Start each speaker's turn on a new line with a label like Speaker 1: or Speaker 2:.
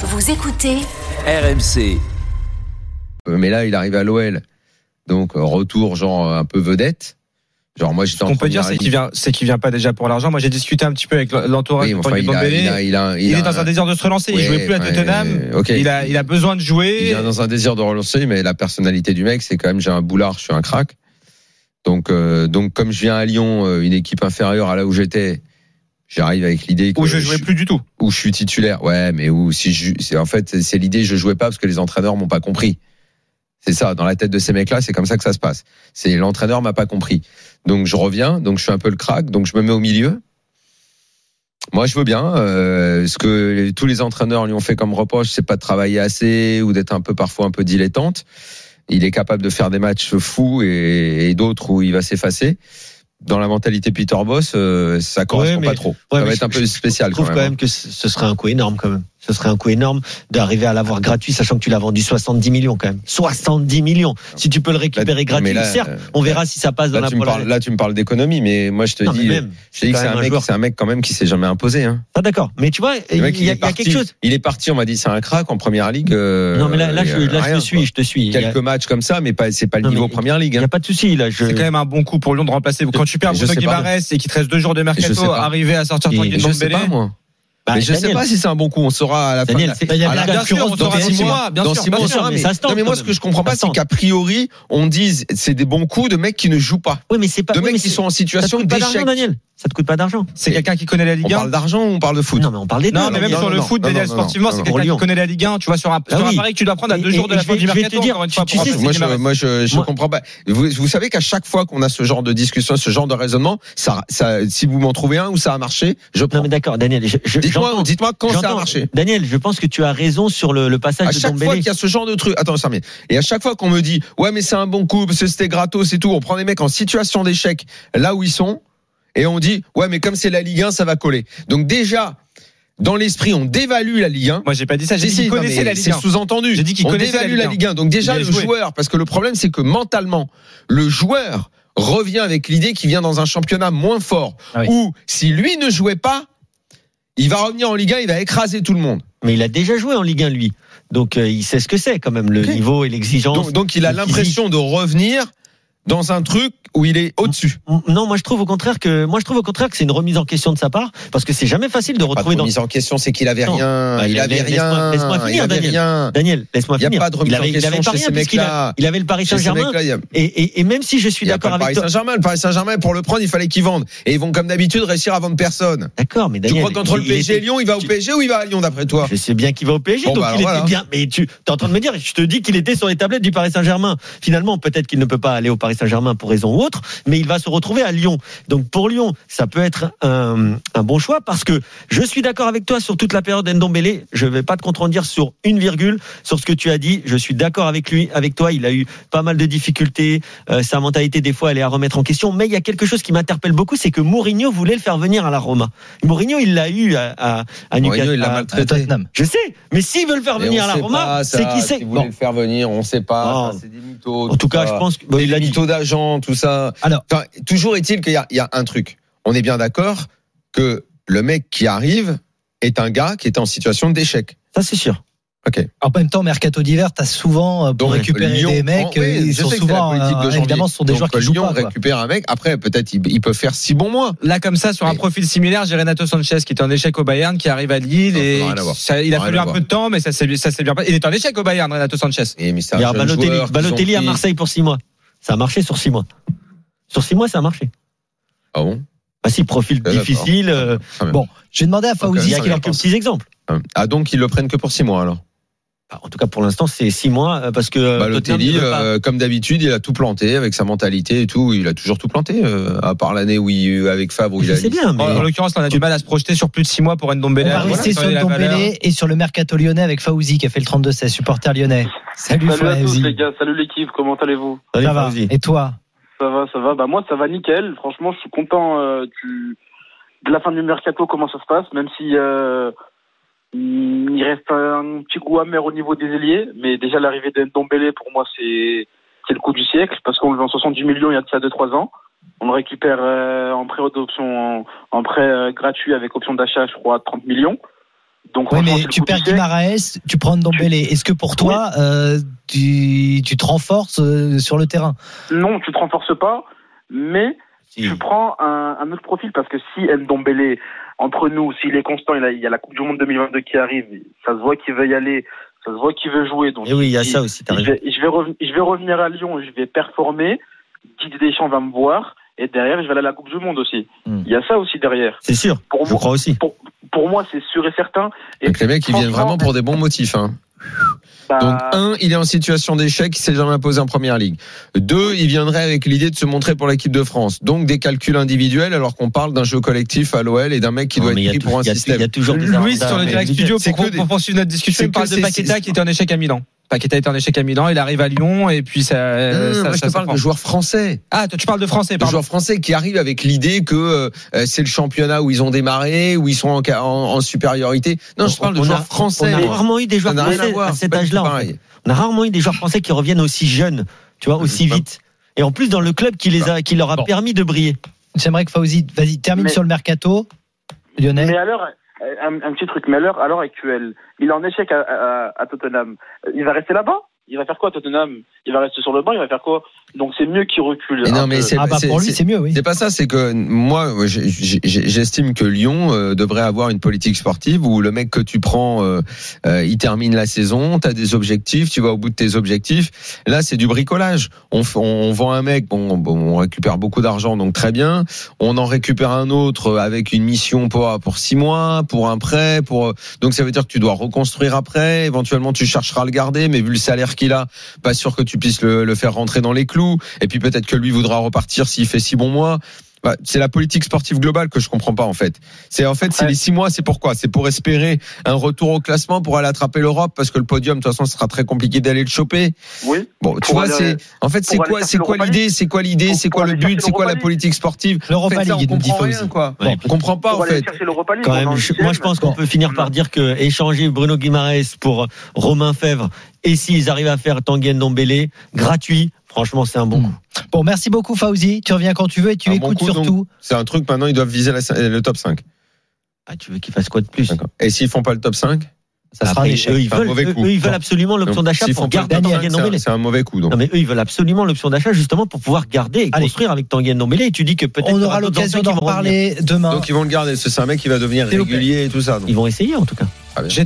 Speaker 1: Vous écoutez
Speaker 2: RMC.
Speaker 3: Euh, mais là il arrive à l'OL. Donc euh, retour genre euh, un peu vedette. Genre moi j'étais
Speaker 4: Ce
Speaker 3: en
Speaker 4: qu'on peut dire,
Speaker 3: première
Speaker 4: c'est
Speaker 3: ligue.
Speaker 4: qu'il vient, c'est qu'il vient pas déjà pour l'argent. Moi, j'ai discuté un petit peu avec l'entourage
Speaker 3: Oui,
Speaker 4: de
Speaker 3: enfin,
Speaker 4: Tanguy
Speaker 3: il, a-
Speaker 4: Ndombele.
Speaker 3: il a- il a- il
Speaker 4: Il
Speaker 3: a
Speaker 4: est dans un désir de se relancer. Il
Speaker 3: Ouais,
Speaker 4: jouait plus à
Speaker 3: ouais,
Speaker 4: Tottenham.
Speaker 3: ok.
Speaker 4: Il a, il a besoin de
Speaker 3: Il
Speaker 4: jouer.
Speaker 3: est dans un désir de relancer, mais la personnalité du mec, c'est quand même j'ai un boulard, je suis un crack. Donc, euh, donc comme je viens à Lyon, euh, une équipe inférieure à là où j'étais, j'arrive avec l'idée que
Speaker 4: Où je jouais
Speaker 3: suis-
Speaker 4: plus du tout.
Speaker 3: où je suis titulaire. Ouais, mais où si je, c'est- en fait c'est- c'est l'idée, je jouais pas parce que les entraîneurs m'ont pas compris. C'est ça, dans la tête de ces mecs-là, c'est comme ça que ça se passe. C'est l'entraîneur m'a pas compris. Donc je reviens, donc je suis un peu le crack, donc je me mets au milieu. Moi, je veux bien. euh, ce que tous les entraîneurs lui ont fait comme reproche, c'est pas de travailler assez ou d'être un peu parfois un peu dilettante. Il est capable de faire des matchs fous et, et d'autres où il va s'effacer. Dans la mentalité Peter Boss, euh, ça correspond
Speaker 5: Ouais, mais-
Speaker 3: pas trop. ça
Speaker 5: Ouais, mais
Speaker 3: va
Speaker 5: je-
Speaker 3: être un peu
Speaker 5: je-
Speaker 3: spécial
Speaker 5: Je trouve
Speaker 3: quand même. hein.
Speaker 5: que ce ce serait un coût énorme quand même. Ce serait un coût énorme d'arriver à l'avoir gratuit, sachant que tu l'as vendu 70 millions quand même. 70 millions. Si tu peux le récupérer gratuit,
Speaker 3: Bah, mais là,
Speaker 5: certes,
Speaker 3: euh,
Speaker 5: on verra si ça passe dans
Speaker 3: Là
Speaker 5: la
Speaker 3: tu, me parles,
Speaker 5: première.
Speaker 3: là, tu me parles d'économie, mais moi, je te
Speaker 5: Non, mais
Speaker 3: dis, euh,
Speaker 5: même.
Speaker 3: je te dis que
Speaker 5: quand
Speaker 3: c'est
Speaker 5: même
Speaker 3: un,
Speaker 5: un
Speaker 3: mec,
Speaker 5: joueur.
Speaker 3: c'est un mec quand même qui s'est jamais imposé. Hein.
Speaker 5: Ah, d'accord. Mais tu vois,
Speaker 3: Le
Speaker 5: il
Speaker 3: mec,
Speaker 5: y
Speaker 3: est
Speaker 5: a, il y a
Speaker 3: parti,
Speaker 5: quelque chose.
Speaker 3: Il est parti, on m'a dit, c'est un crack en première ligue. euh,
Speaker 5: non, mais là, là,
Speaker 3: et,
Speaker 5: je,
Speaker 3: euh,
Speaker 5: là, je
Speaker 3: rien,
Speaker 5: te suis,
Speaker 3: quoi.
Speaker 5: je te suis. Il y a-
Speaker 3: Quelques matchs comme ça, mais pas, c'est pas le
Speaker 5: Non,
Speaker 3: niveau
Speaker 5: mais-
Speaker 3: première ligue.
Speaker 5: Il n'y
Speaker 3: hein.
Speaker 5: a pas de souci là. Je...
Speaker 4: C'est quand même un bon coup pour Lyon de remplacer. Quand tu perds
Speaker 3: je
Speaker 4: Bruno
Speaker 3: sais pas.
Speaker 4: Guimarães et qu'il te reste deux jours de
Speaker 3: Je sais
Speaker 4: mercato,
Speaker 3: pas.
Speaker 4: arriver à sortir
Speaker 5: Et-
Speaker 4: Tanguy
Speaker 3: Et Je sais
Speaker 4: Ndombele.
Speaker 3: pas, moi.
Speaker 5: Bah,
Speaker 3: mais je sais
Speaker 5: Daniel,
Speaker 3: pas si c'est un bon coup. On saura à la
Speaker 5: Daniel,
Speaker 3: fin. de
Speaker 5: c'est-
Speaker 3: la-
Speaker 5: il y a
Speaker 3: à
Speaker 5: la
Speaker 3: la-
Speaker 4: bien sûr,
Speaker 5: concurrence
Speaker 4: on
Speaker 5: dans
Speaker 4: saura
Speaker 5: six
Speaker 4: six
Speaker 5: mois.
Speaker 4: mois. Bien
Speaker 3: dans
Speaker 4: sûr,
Speaker 3: six
Speaker 4: bien
Speaker 3: mois, on
Speaker 4: sûr.
Speaker 3: saura,
Speaker 5: mais
Speaker 3: mais-
Speaker 5: ça se tente
Speaker 3: non, mais moi,
Speaker 5: quand
Speaker 3: ce que
Speaker 5: même.
Speaker 3: je comprends pas,
Speaker 5: Ça se
Speaker 3: c'est
Speaker 5: tente.
Speaker 3: qu'a priori, on dise c'est des bons coups de mecs qui ne jouent pas,
Speaker 5: Oui, mais c'est pas.
Speaker 3: de
Speaker 5: oui,
Speaker 3: mecs
Speaker 5: mais
Speaker 3: qui
Speaker 5: c'est-
Speaker 3: sont en
Speaker 5: Ça te
Speaker 3: situation
Speaker 5: coûte pas d'argent,
Speaker 3: d'échec.
Speaker 5: Daniel. Ça te coûte pas d'argent.
Speaker 4: C'est quelqu'un qui connaît la
Speaker 3: On
Speaker 4: Ligue 1.
Speaker 3: parle d'argent ou on parle de foot
Speaker 5: Non, mais on parle des deux.
Speaker 4: Non,
Speaker 5: alors.
Speaker 4: mais même
Speaker 3: non,
Speaker 4: sur
Speaker 3: non,
Speaker 4: le
Speaker 3: non,
Speaker 4: foot,
Speaker 3: non,
Speaker 4: Daniel,
Speaker 3: non, non,
Speaker 4: sportivement, c'est
Speaker 3: non,
Speaker 4: quelqu'un
Speaker 5: non,
Speaker 4: qui
Speaker 5: non.
Speaker 4: connaît la Ligue 1. Tu vois, sur un, sur un
Speaker 5: oui.
Speaker 4: pari que tu dois prendre à deux
Speaker 5: Et-
Speaker 4: jours de
Speaker 5: et
Speaker 4: la
Speaker 5: je
Speaker 4: fin
Speaker 5: vais-
Speaker 4: du
Speaker 5: je vais te
Speaker 4: mercato,
Speaker 5: dire,
Speaker 4: encore une fois,
Speaker 5: tu-
Speaker 4: pour
Speaker 5: tu sais,
Speaker 4: remplacer
Speaker 3: Moi, je,
Speaker 4: Guimarães.
Speaker 3: moi, je, je
Speaker 5: Moi-
Speaker 3: comprends pas. Vous, vous savez qu'à chaque fois qu'on a ce genre de discussion, ce genre de raisonnement, ça, ça, si vous m'en trouvez un où ça a marché, je prends.
Speaker 5: Non, mais d'accord, Daniel. je- je-
Speaker 3: Dites-moi,
Speaker 5: j'entends.
Speaker 3: dites-moi quand ça a
Speaker 5: J'entends.
Speaker 3: marché.
Speaker 5: Daniel, je pense que tu as raison sur le, le passage
Speaker 3: À
Speaker 5: de
Speaker 3: chaque fois
Speaker 5: Dombele.
Speaker 3: qu'il y a ce genre de truc, attends, ça Et à chaque fois qu'on me dit, ouais, mais c'est un bon coup, parce que c'était gratos et tout, on prend des mecs en situation d'échec là où ils sont, et on dit, ouais, mais comme c'est la Ligue 1, ça va coller. Donc déjà, dans l'esprit, on dévalue la Ligue 1.
Speaker 4: Moi, j'ai pas dit ça. J'ai
Speaker 3: Si,
Speaker 4: dit
Speaker 3: si,
Speaker 4: qu'il
Speaker 3: non,
Speaker 4: connaissait
Speaker 3: mais
Speaker 4: la Ligue
Speaker 3: C'est
Speaker 4: 1.
Speaker 3: sous-entendu.
Speaker 4: J'ai dit qu'il
Speaker 3: On
Speaker 4: connaissait la
Speaker 3: dévalue
Speaker 4: Ligue
Speaker 3: la
Speaker 4: 1.
Speaker 3: Ligue 1. Donc déjà
Speaker 4: Il a
Speaker 3: le
Speaker 4: joué.
Speaker 3: joueur, parce que le problème c'est que mentalement, le joueur revient avec l'idée qu'il vient dans un championnat moins fort,
Speaker 5: Ah oui.
Speaker 3: où si lui ne jouait pas, il va revenir en Ligue 1, il va écraser tout le monde.
Speaker 5: Mais il a déjà joué en Ligue 1, lui. Donc, euh, il sait ce que c'est, quand même, le
Speaker 3: Ok.
Speaker 5: niveau et l'exigence.
Speaker 3: Donc, donc il a
Speaker 5: le
Speaker 3: l'impression de revenir dans un truc où il est au-dessus.
Speaker 5: M- Non, moi, je trouve au contraire que, moi, je trouve au contraire que c'est une remise en question de sa part, parce que c'est jamais facile de
Speaker 3: Pas de
Speaker 5: retrouver dans.
Speaker 3: remise en question, c'est qu'il avait
Speaker 5: Non.
Speaker 3: rien,
Speaker 5: Bah,
Speaker 3: il
Speaker 5: la-
Speaker 3: avait
Speaker 5: la-
Speaker 3: rien,
Speaker 5: laisse-moi- laisse-moi
Speaker 3: il
Speaker 5: finir,
Speaker 3: avait
Speaker 5: Daniel.
Speaker 3: rien.
Speaker 5: Daniel, laisse-moi
Speaker 3: Il y a
Speaker 5: finir.
Speaker 3: pas de remise
Speaker 5: il
Speaker 3: en
Speaker 5: avait, il
Speaker 3: question
Speaker 5: avait pas
Speaker 3: chez
Speaker 5: rien,
Speaker 3: ces
Speaker 5: puisqu'il
Speaker 3: mecs-là.
Speaker 5: a- il avait le Paris
Speaker 3: Chez ces
Speaker 5: Saint-Germain.
Speaker 3: mecs-là, il y a-
Speaker 5: Et, et, et même si je suis
Speaker 3: Il y a pas
Speaker 5: d'accord
Speaker 3: le
Speaker 5: avec
Speaker 3: Paris
Speaker 5: toi.
Speaker 3: Saint-Germain. Le Paris Saint-Germain, pour le prendre, il fallait qu'ils vendent. Et ils vont, comme d'habitude, réussir à vendre personne.
Speaker 5: D'accord, mais
Speaker 3: Tu
Speaker 5: Daniel.
Speaker 3: crois qu'entre le
Speaker 5: il- il
Speaker 3: PSG et
Speaker 5: était-
Speaker 3: Lyon, il va au
Speaker 5: tu-
Speaker 3: PSG ou il va à Lyon d'après toi
Speaker 5: Je sais bien qu'il va au PSG,
Speaker 3: Bon,
Speaker 5: donc
Speaker 3: bah,
Speaker 5: il
Speaker 3: voilà.
Speaker 5: était bien. Mais tu es en train de me dire, je te dis qu'il était sur les tablettes du Paris Saint-Germain. Finalement, peut-être qu'il ne peut pas aller au Paris Saint-Germain pour raison ou autre, mais il va se retrouver à Lyon. Donc pour Lyon, ça peut être un, un bon choix parce que je suis d'accord avec toi sur toute la période Ndombele. Je vais pas te contredire sur une virgule sur ce que tu as dit. Je suis d'accord avec lui, avec toi. Il a eu pas mal de difficultés. Euh, sa mentalité, des fois, elle est à remettre en question. Mais il y a quelque chose qui m'interpelle beaucoup, c'est que Mourinho voulait le faire venir à la Roma. Mourinho, il l'a eu à, à, à
Speaker 3: Mourinho,
Speaker 5: Newcastle-
Speaker 3: il l'a
Speaker 5: à-
Speaker 3: maltraité. Tottenham.
Speaker 5: je sais, mais s'ils veulent faire
Speaker 3: Et
Speaker 5: venir
Speaker 3: on
Speaker 5: à la
Speaker 3: sait
Speaker 5: Roma,
Speaker 3: pas, ça,
Speaker 5: c'est qui c'est
Speaker 3: Si vous voulez
Speaker 5: Bon,
Speaker 3: le faire venir, on sait pas.
Speaker 5: Non.
Speaker 3: ça, C'est des mythos.
Speaker 5: En tout cas,
Speaker 3: ça.
Speaker 5: je pense que bon,
Speaker 3: Des
Speaker 5: il l'a dit.
Speaker 3: mythos d'agents, tout ça.
Speaker 5: Alors-
Speaker 3: Enfin, toujours est-il qu'il y, a- il y a un truc. On est bien d'accord que le mec qui arrive est un gars qui est en situation d'échec.
Speaker 5: Ça c'est sûr.
Speaker 6: En même temps, mercato d'hiver, t'as souvent euh, pour
Speaker 3: Donc,
Speaker 6: récupérer
Speaker 3: Lyon
Speaker 6: des
Speaker 3: prend-
Speaker 6: mecs, euh,
Speaker 3: oui, je
Speaker 6: ils
Speaker 3: sais
Speaker 6: sont
Speaker 3: que c'est la
Speaker 6: souvent
Speaker 3: politique de
Speaker 6: euh,
Speaker 3: janvier.
Speaker 6: évidemment ce sont des
Speaker 3: Donc,
Speaker 6: joueurs qui jouent
Speaker 3: Lyon
Speaker 6: pas. quoi.
Speaker 3: récupère un mec. Après, peut-être il, il peut faire six bons mois.
Speaker 4: Là, comme ça, sur un
Speaker 3: Mais-
Speaker 4: profil similaire, j'ai Renato Sanchez qui est en échec au Bayern, qui arrive à Lille
Speaker 3: Non,
Speaker 4: et
Speaker 3: rien à voir.
Speaker 4: ça- il a
Speaker 3: Rien
Speaker 4: fallu
Speaker 3: à
Speaker 4: un
Speaker 3: voir.
Speaker 4: peu de temps, mais ça s'est ça s'est bien passé. Il est en échec au Bayern, Renato Sanchez.
Speaker 3: Et mais c'est un
Speaker 5: Il y a
Speaker 3: jeune
Speaker 5: Balotelli,
Speaker 3: joueur qu'ils
Speaker 5: Balotelli
Speaker 3: ont
Speaker 5: à
Speaker 3: pris.
Speaker 5: Marseille pour six mois. Ça a marché sur six mois. Sur six mois, ça a marché.
Speaker 3: Ah bon
Speaker 5: Bah si, profil
Speaker 3: Ah, d'accord.
Speaker 5: difficile. euh,
Speaker 3: Ah, mais-
Speaker 6: Bon, j'ai demandé à
Speaker 3: Ok,
Speaker 5: il
Speaker 6: Faouzi
Speaker 5: y a
Speaker 6: ce
Speaker 3: ça
Speaker 6: qu'il en
Speaker 5: quelques
Speaker 6: pense.
Speaker 5: petits exemples.
Speaker 3: Ah donc ils le prennent que pour six mois alors.
Speaker 5: Bah, En tout cas, pour l'instant, c'est six mois euh, parce que euh, Tottenham
Speaker 3: Balotelli,
Speaker 5: ne veut pas.
Speaker 3: Bah, euh, comme d'habitude, il a tout planté avec sa mentalité et tout. Il a toujours tout planté, euh, à part l'année où il, avec Favre, où il
Speaker 5: Je
Speaker 3: a
Speaker 5: sais bien, mais
Speaker 4: En, en l'occurrence, on a du mal à se projeter sur plus de 6 mois pour Ndombele.
Speaker 6: On va rester sur
Speaker 4: Voilà,
Speaker 6: le
Speaker 4: la valeur.
Speaker 6: Dombélé et sur le mercato lyonnais avec Faouzi qui a fait le 32-16, supporter lyonnais. Salut,
Speaker 7: Salut à tous
Speaker 6: Faouzi.
Speaker 7: les gars, salut l'équipe, comment allez-vous
Speaker 5: Allez,
Speaker 6: Ça va.
Speaker 5: vas-y.
Speaker 6: Et toi
Speaker 7: Ça va, ça va. Bah moi ça va nickel. Franchement, je suis content euh, du- de la fin du mercato, comment ça se passe, même si euh, il reste un petit goût amer au niveau des ailiers, mais déjà l'arrivée d'Endombele pour moi c'est c'est le coup du siècle parce qu'on le vend 70 millions il y a de ça 2-3 ans. On le récupère euh, en prêt d'option en, en prêt euh, gratuit avec option d'achat, je crois, 30 millions. Donc
Speaker 6: Oui,
Speaker 7: franchement,
Speaker 6: mais
Speaker 7: c'est le
Speaker 6: tu
Speaker 7: coup du
Speaker 6: perds
Speaker 7: siècle.
Speaker 6: Guimaraes, tu prends Ndombélé. Est-ce que pour toi, euh, tu, tu te renforces euh, sur le terrain
Speaker 7: Non, tu te renforces pas, mais
Speaker 5: Si.
Speaker 3: Hmm.
Speaker 7: tu prends un, un autre profil parce que si Ndombele, entre nous, s'il est constant, il, a- il y a la Coupe du Monde 2022 qui arrive, ça se voit qu'il veut y aller, ça se voit qu'il veut jouer. Donc
Speaker 5: Et Eh oui, il y a ça aussi, t'as
Speaker 7: je
Speaker 5: raison.
Speaker 7: vais, je, vais reven- je vais revenir à Lyon, je vais performer, Didier Deschamps va me voir, et derrière, je vais aller à la Coupe du Monde aussi.
Speaker 5: Hmm.
Speaker 7: Il y a ça aussi derrière.
Speaker 5: C'est sûr,
Speaker 7: Pour
Speaker 5: je
Speaker 7: moi,
Speaker 5: crois aussi.
Speaker 7: pour moi c'est sûr et certain. Et
Speaker 3: Donc les mecs, ils viennent vraiment pour des bons motifs. Hein.
Speaker 5: Ah.
Speaker 7: bah,
Speaker 3: Donc un, il est en situation d'échec, il s'est jamais imposé en première ligue. Deux, il viendrait avec l'idée de se montrer pour l'équipe de France. Donc des calculs individuels alors qu'on parle d'un jeu collectif à l'OL et d'un mec qui
Speaker 5: Non,
Speaker 3: doit
Speaker 5: mais
Speaker 3: être
Speaker 5: il y a
Speaker 3: pris
Speaker 5: tout-
Speaker 3: pour un
Speaker 5: il y a- Il
Speaker 3: système.
Speaker 5: y a toujours des
Speaker 4: Louis
Speaker 5: avantages,
Speaker 4: sur le
Speaker 5: mais
Speaker 4: direct
Speaker 5: Olivier,
Speaker 4: studio
Speaker 3: c'est
Speaker 4: pour,
Speaker 3: que des-
Speaker 4: pour poursuivre notre discussion.
Speaker 3: c'est
Speaker 4: Il parle
Speaker 3: que
Speaker 4: de
Speaker 3: c'est-
Speaker 4: Paqueta
Speaker 3: c'est-
Speaker 4: qui était en échec à Milan. Paqueta était en échec à Milan, il arrive à Lyon et puis ça.
Speaker 5: Euh,
Speaker 3: Non, Hum,
Speaker 4: ça-
Speaker 3: Euh, moi, je
Speaker 4: ça
Speaker 3: te parle
Speaker 4: s'enfante.
Speaker 3: de joueurs français.
Speaker 4: Ah, toi, tu parles de français,
Speaker 3: Des
Speaker 4: pardon.
Speaker 3: joueurs français qui arrivent avec l'idée que euh, c'est le championnat où ils ont démarré, où ils sont en, ca- en- en supériorité. Non, je
Speaker 5: on-
Speaker 3: parle de
Speaker 5: on a-
Speaker 3: joueurs français.
Speaker 5: On a
Speaker 3: moi.
Speaker 5: rarement eu des
Speaker 3: Ça
Speaker 5: joueurs
Speaker 3: n'a rien à
Speaker 5: français
Speaker 3: voir.
Speaker 5: Ah, à
Speaker 3: c'est
Speaker 5: cet
Speaker 3: pas du tout
Speaker 5: âge-là. en fait.
Speaker 3: pareil.
Speaker 5: On a rarement eu des joueurs français qui reviennent aussi jeunes, tu vois, aussi vite. Et en plus dans le club qui les a, qui leur a
Speaker 6: Bon.
Speaker 5: permis de briller.
Speaker 6: J'aimerais que Faouzi, vas-y, termine
Speaker 7: Mais-
Speaker 6: sur le mercato lyonnais.
Speaker 7: Mais à l'heure, un, un petit truc, mais à l'heure, à l'heure actuelle, il est en échec à, à- à Tottenham. Euh, Il va rester là-bas Il va faire quoi à Tottenham Il va rester sur le banc, il va faire quoi Donc c'est mieux qu'il recule.
Speaker 3: Mais non,
Speaker 7: un
Speaker 3: mais
Speaker 7: peu.
Speaker 3: c'est-
Speaker 6: Ah bah pour lui, c'est mieux, oui.
Speaker 3: C'est pas ça, c'est que moi, j'ai- j'ai- j'estime que Lyon euh, devrait avoir une politique sportive où le mec que tu prends, euh, euh, il termine la saison, t'as des objectifs, tu vas au bout de tes objectifs. Là, c'est du bricolage. On, f- on vend un mec, bon, bon, on récupère beaucoup d'argent, donc très bien. On en récupère un autre avec une mission pour pour six mois, pour un prêt, pour donc ça veut dire que tu dois reconstruire après. Éventuellement, tu chercheras à le garder, mais vu le salaire qu'il a, pas sûr que tu puisses le, le faire rentrer dans les clous. Et puis peut-être que lui voudra repartir s'il fait six bons mois. Bah, c'est la politique sportive globale que je comprends pas en fait. C'est en fait c'est
Speaker 7: Ouais.
Speaker 3: les six mois, c'est pourquoi C'est pour espérer un retour au classement pour aller attraper l'Europe parce que le podium de toute façon ce sera très compliqué d'aller le choper.
Speaker 7: Oui.
Speaker 3: Bon, tu
Speaker 7: Pour
Speaker 3: vois
Speaker 7: aller-
Speaker 3: c'est en fait c'est
Speaker 7: pour aller
Speaker 3: quoi
Speaker 7: chercher
Speaker 3: c'est quoi
Speaker 7: l'Europa
Speaker 3: l'idée c'est quoi l'idée
Speaker 7: Pour-
Speaker 3: c'est
Speaker 7: pour
Speaker 3: quoi
Speaker 7: aller
Speaker 3: le but
Speaker 7: chercher
Speaker 3: c'est quoi
Speaker 7: l'Europa
Speaker 3: la
Speaker 7: League.
Speaker 3: politique sportive.
Speaker 6: L'Europa
Speaker 3: Faites ça, on
Speaker 6: League, nous dit
Speaker 3: comprend
Speaker 6: Faouzi.
Speaker 3: rien quoi.
Speaker 5: Ouais.
Speaker 3: On comprend pas
Speaker 7: Pour
Speaker 3: en
Speaker 7: aller
Speaker 3: fait.
Speaker 7: chercher l'Europa League,
Speaker 5: Quand
Speaker 7: on est en
Speaker 5: même, je- moi je
Speaker 7: huitième.
Speaker 5: pense qu'on peut finir par dire que échanger Bruno Guimaraes pour Romain Fèvre et s'ils arrivent à faire Tanguyen Ndombélé gratuit, franchement c'est un bon coup.
Speaker 6: Bon, merci beaucoup Faouzi. Tu reviens quand tu veux et tu
Speaker 3: Un bon
Speaker 6: écoutes
Speaker 3: Ah, coup,
Speaker 6: surtout.
Speaker 3: C'est un truc maintenant ils doivent viser la- le top 5.
Speaker 5: Ah, tu veux qu'ils fassent quoi de plus
Speaker 3: D'accord. Et s'ils font pas le top 5
Speaker 6: Ça sera un
Speaker 5: Après,
Speaker 6: échec.
Speaker 5: eux, ils
Speaker 3: C'est un
Speaker 5: veulent,
Speaker 3: mauvais
Speaker 5: eux,
Speaker 3: coup.
Speaker 5: eux, ils veulent
Speaker 3: Non.
Speaker 5: absolument l'option
Speaker 3: Donc,
Speaker 5: d'achat
Speaker 3: s'ils
Speaker 5: pour
Speaker 3: font pas le
Speaker 5: garder
Speaker 3: top
Speaker 6: Daniel
Speaker 3: 5,
Speaker 5: Tanguyen
Speaker 3: c'est un-
Speaker 5: Ndombélé.
Speaker 3: c'est un mauvais coup donc.
Speaker 5: Non mais eux ils veulent absolument l'option d'achat justement pour pouvoir garder et
Speaker 6: Allez.
Speaker 5: construire avec Tanguyen Ndombélé et tu dis que peut-être
Speaker 6: On
Speaker 5: qu'il y
Speaker 6: aura
Speaker 5: d'autres
Speaker 6: l'occasion
Speaker 5: anciens
Speaker 6: d'en
Speaker 5: qui vont revenir.
Speaker 6: reparler demain.
Speaker 3: Donc ils vont le garder. parce que C'est un mec qui va devenir
Speaker 6: S'il vous plaît.
Speaker 3: régulier et tout ça. donc. ah,
Speaker 5: Ils vont essayer en tout cas.
Speaker 4: J'ai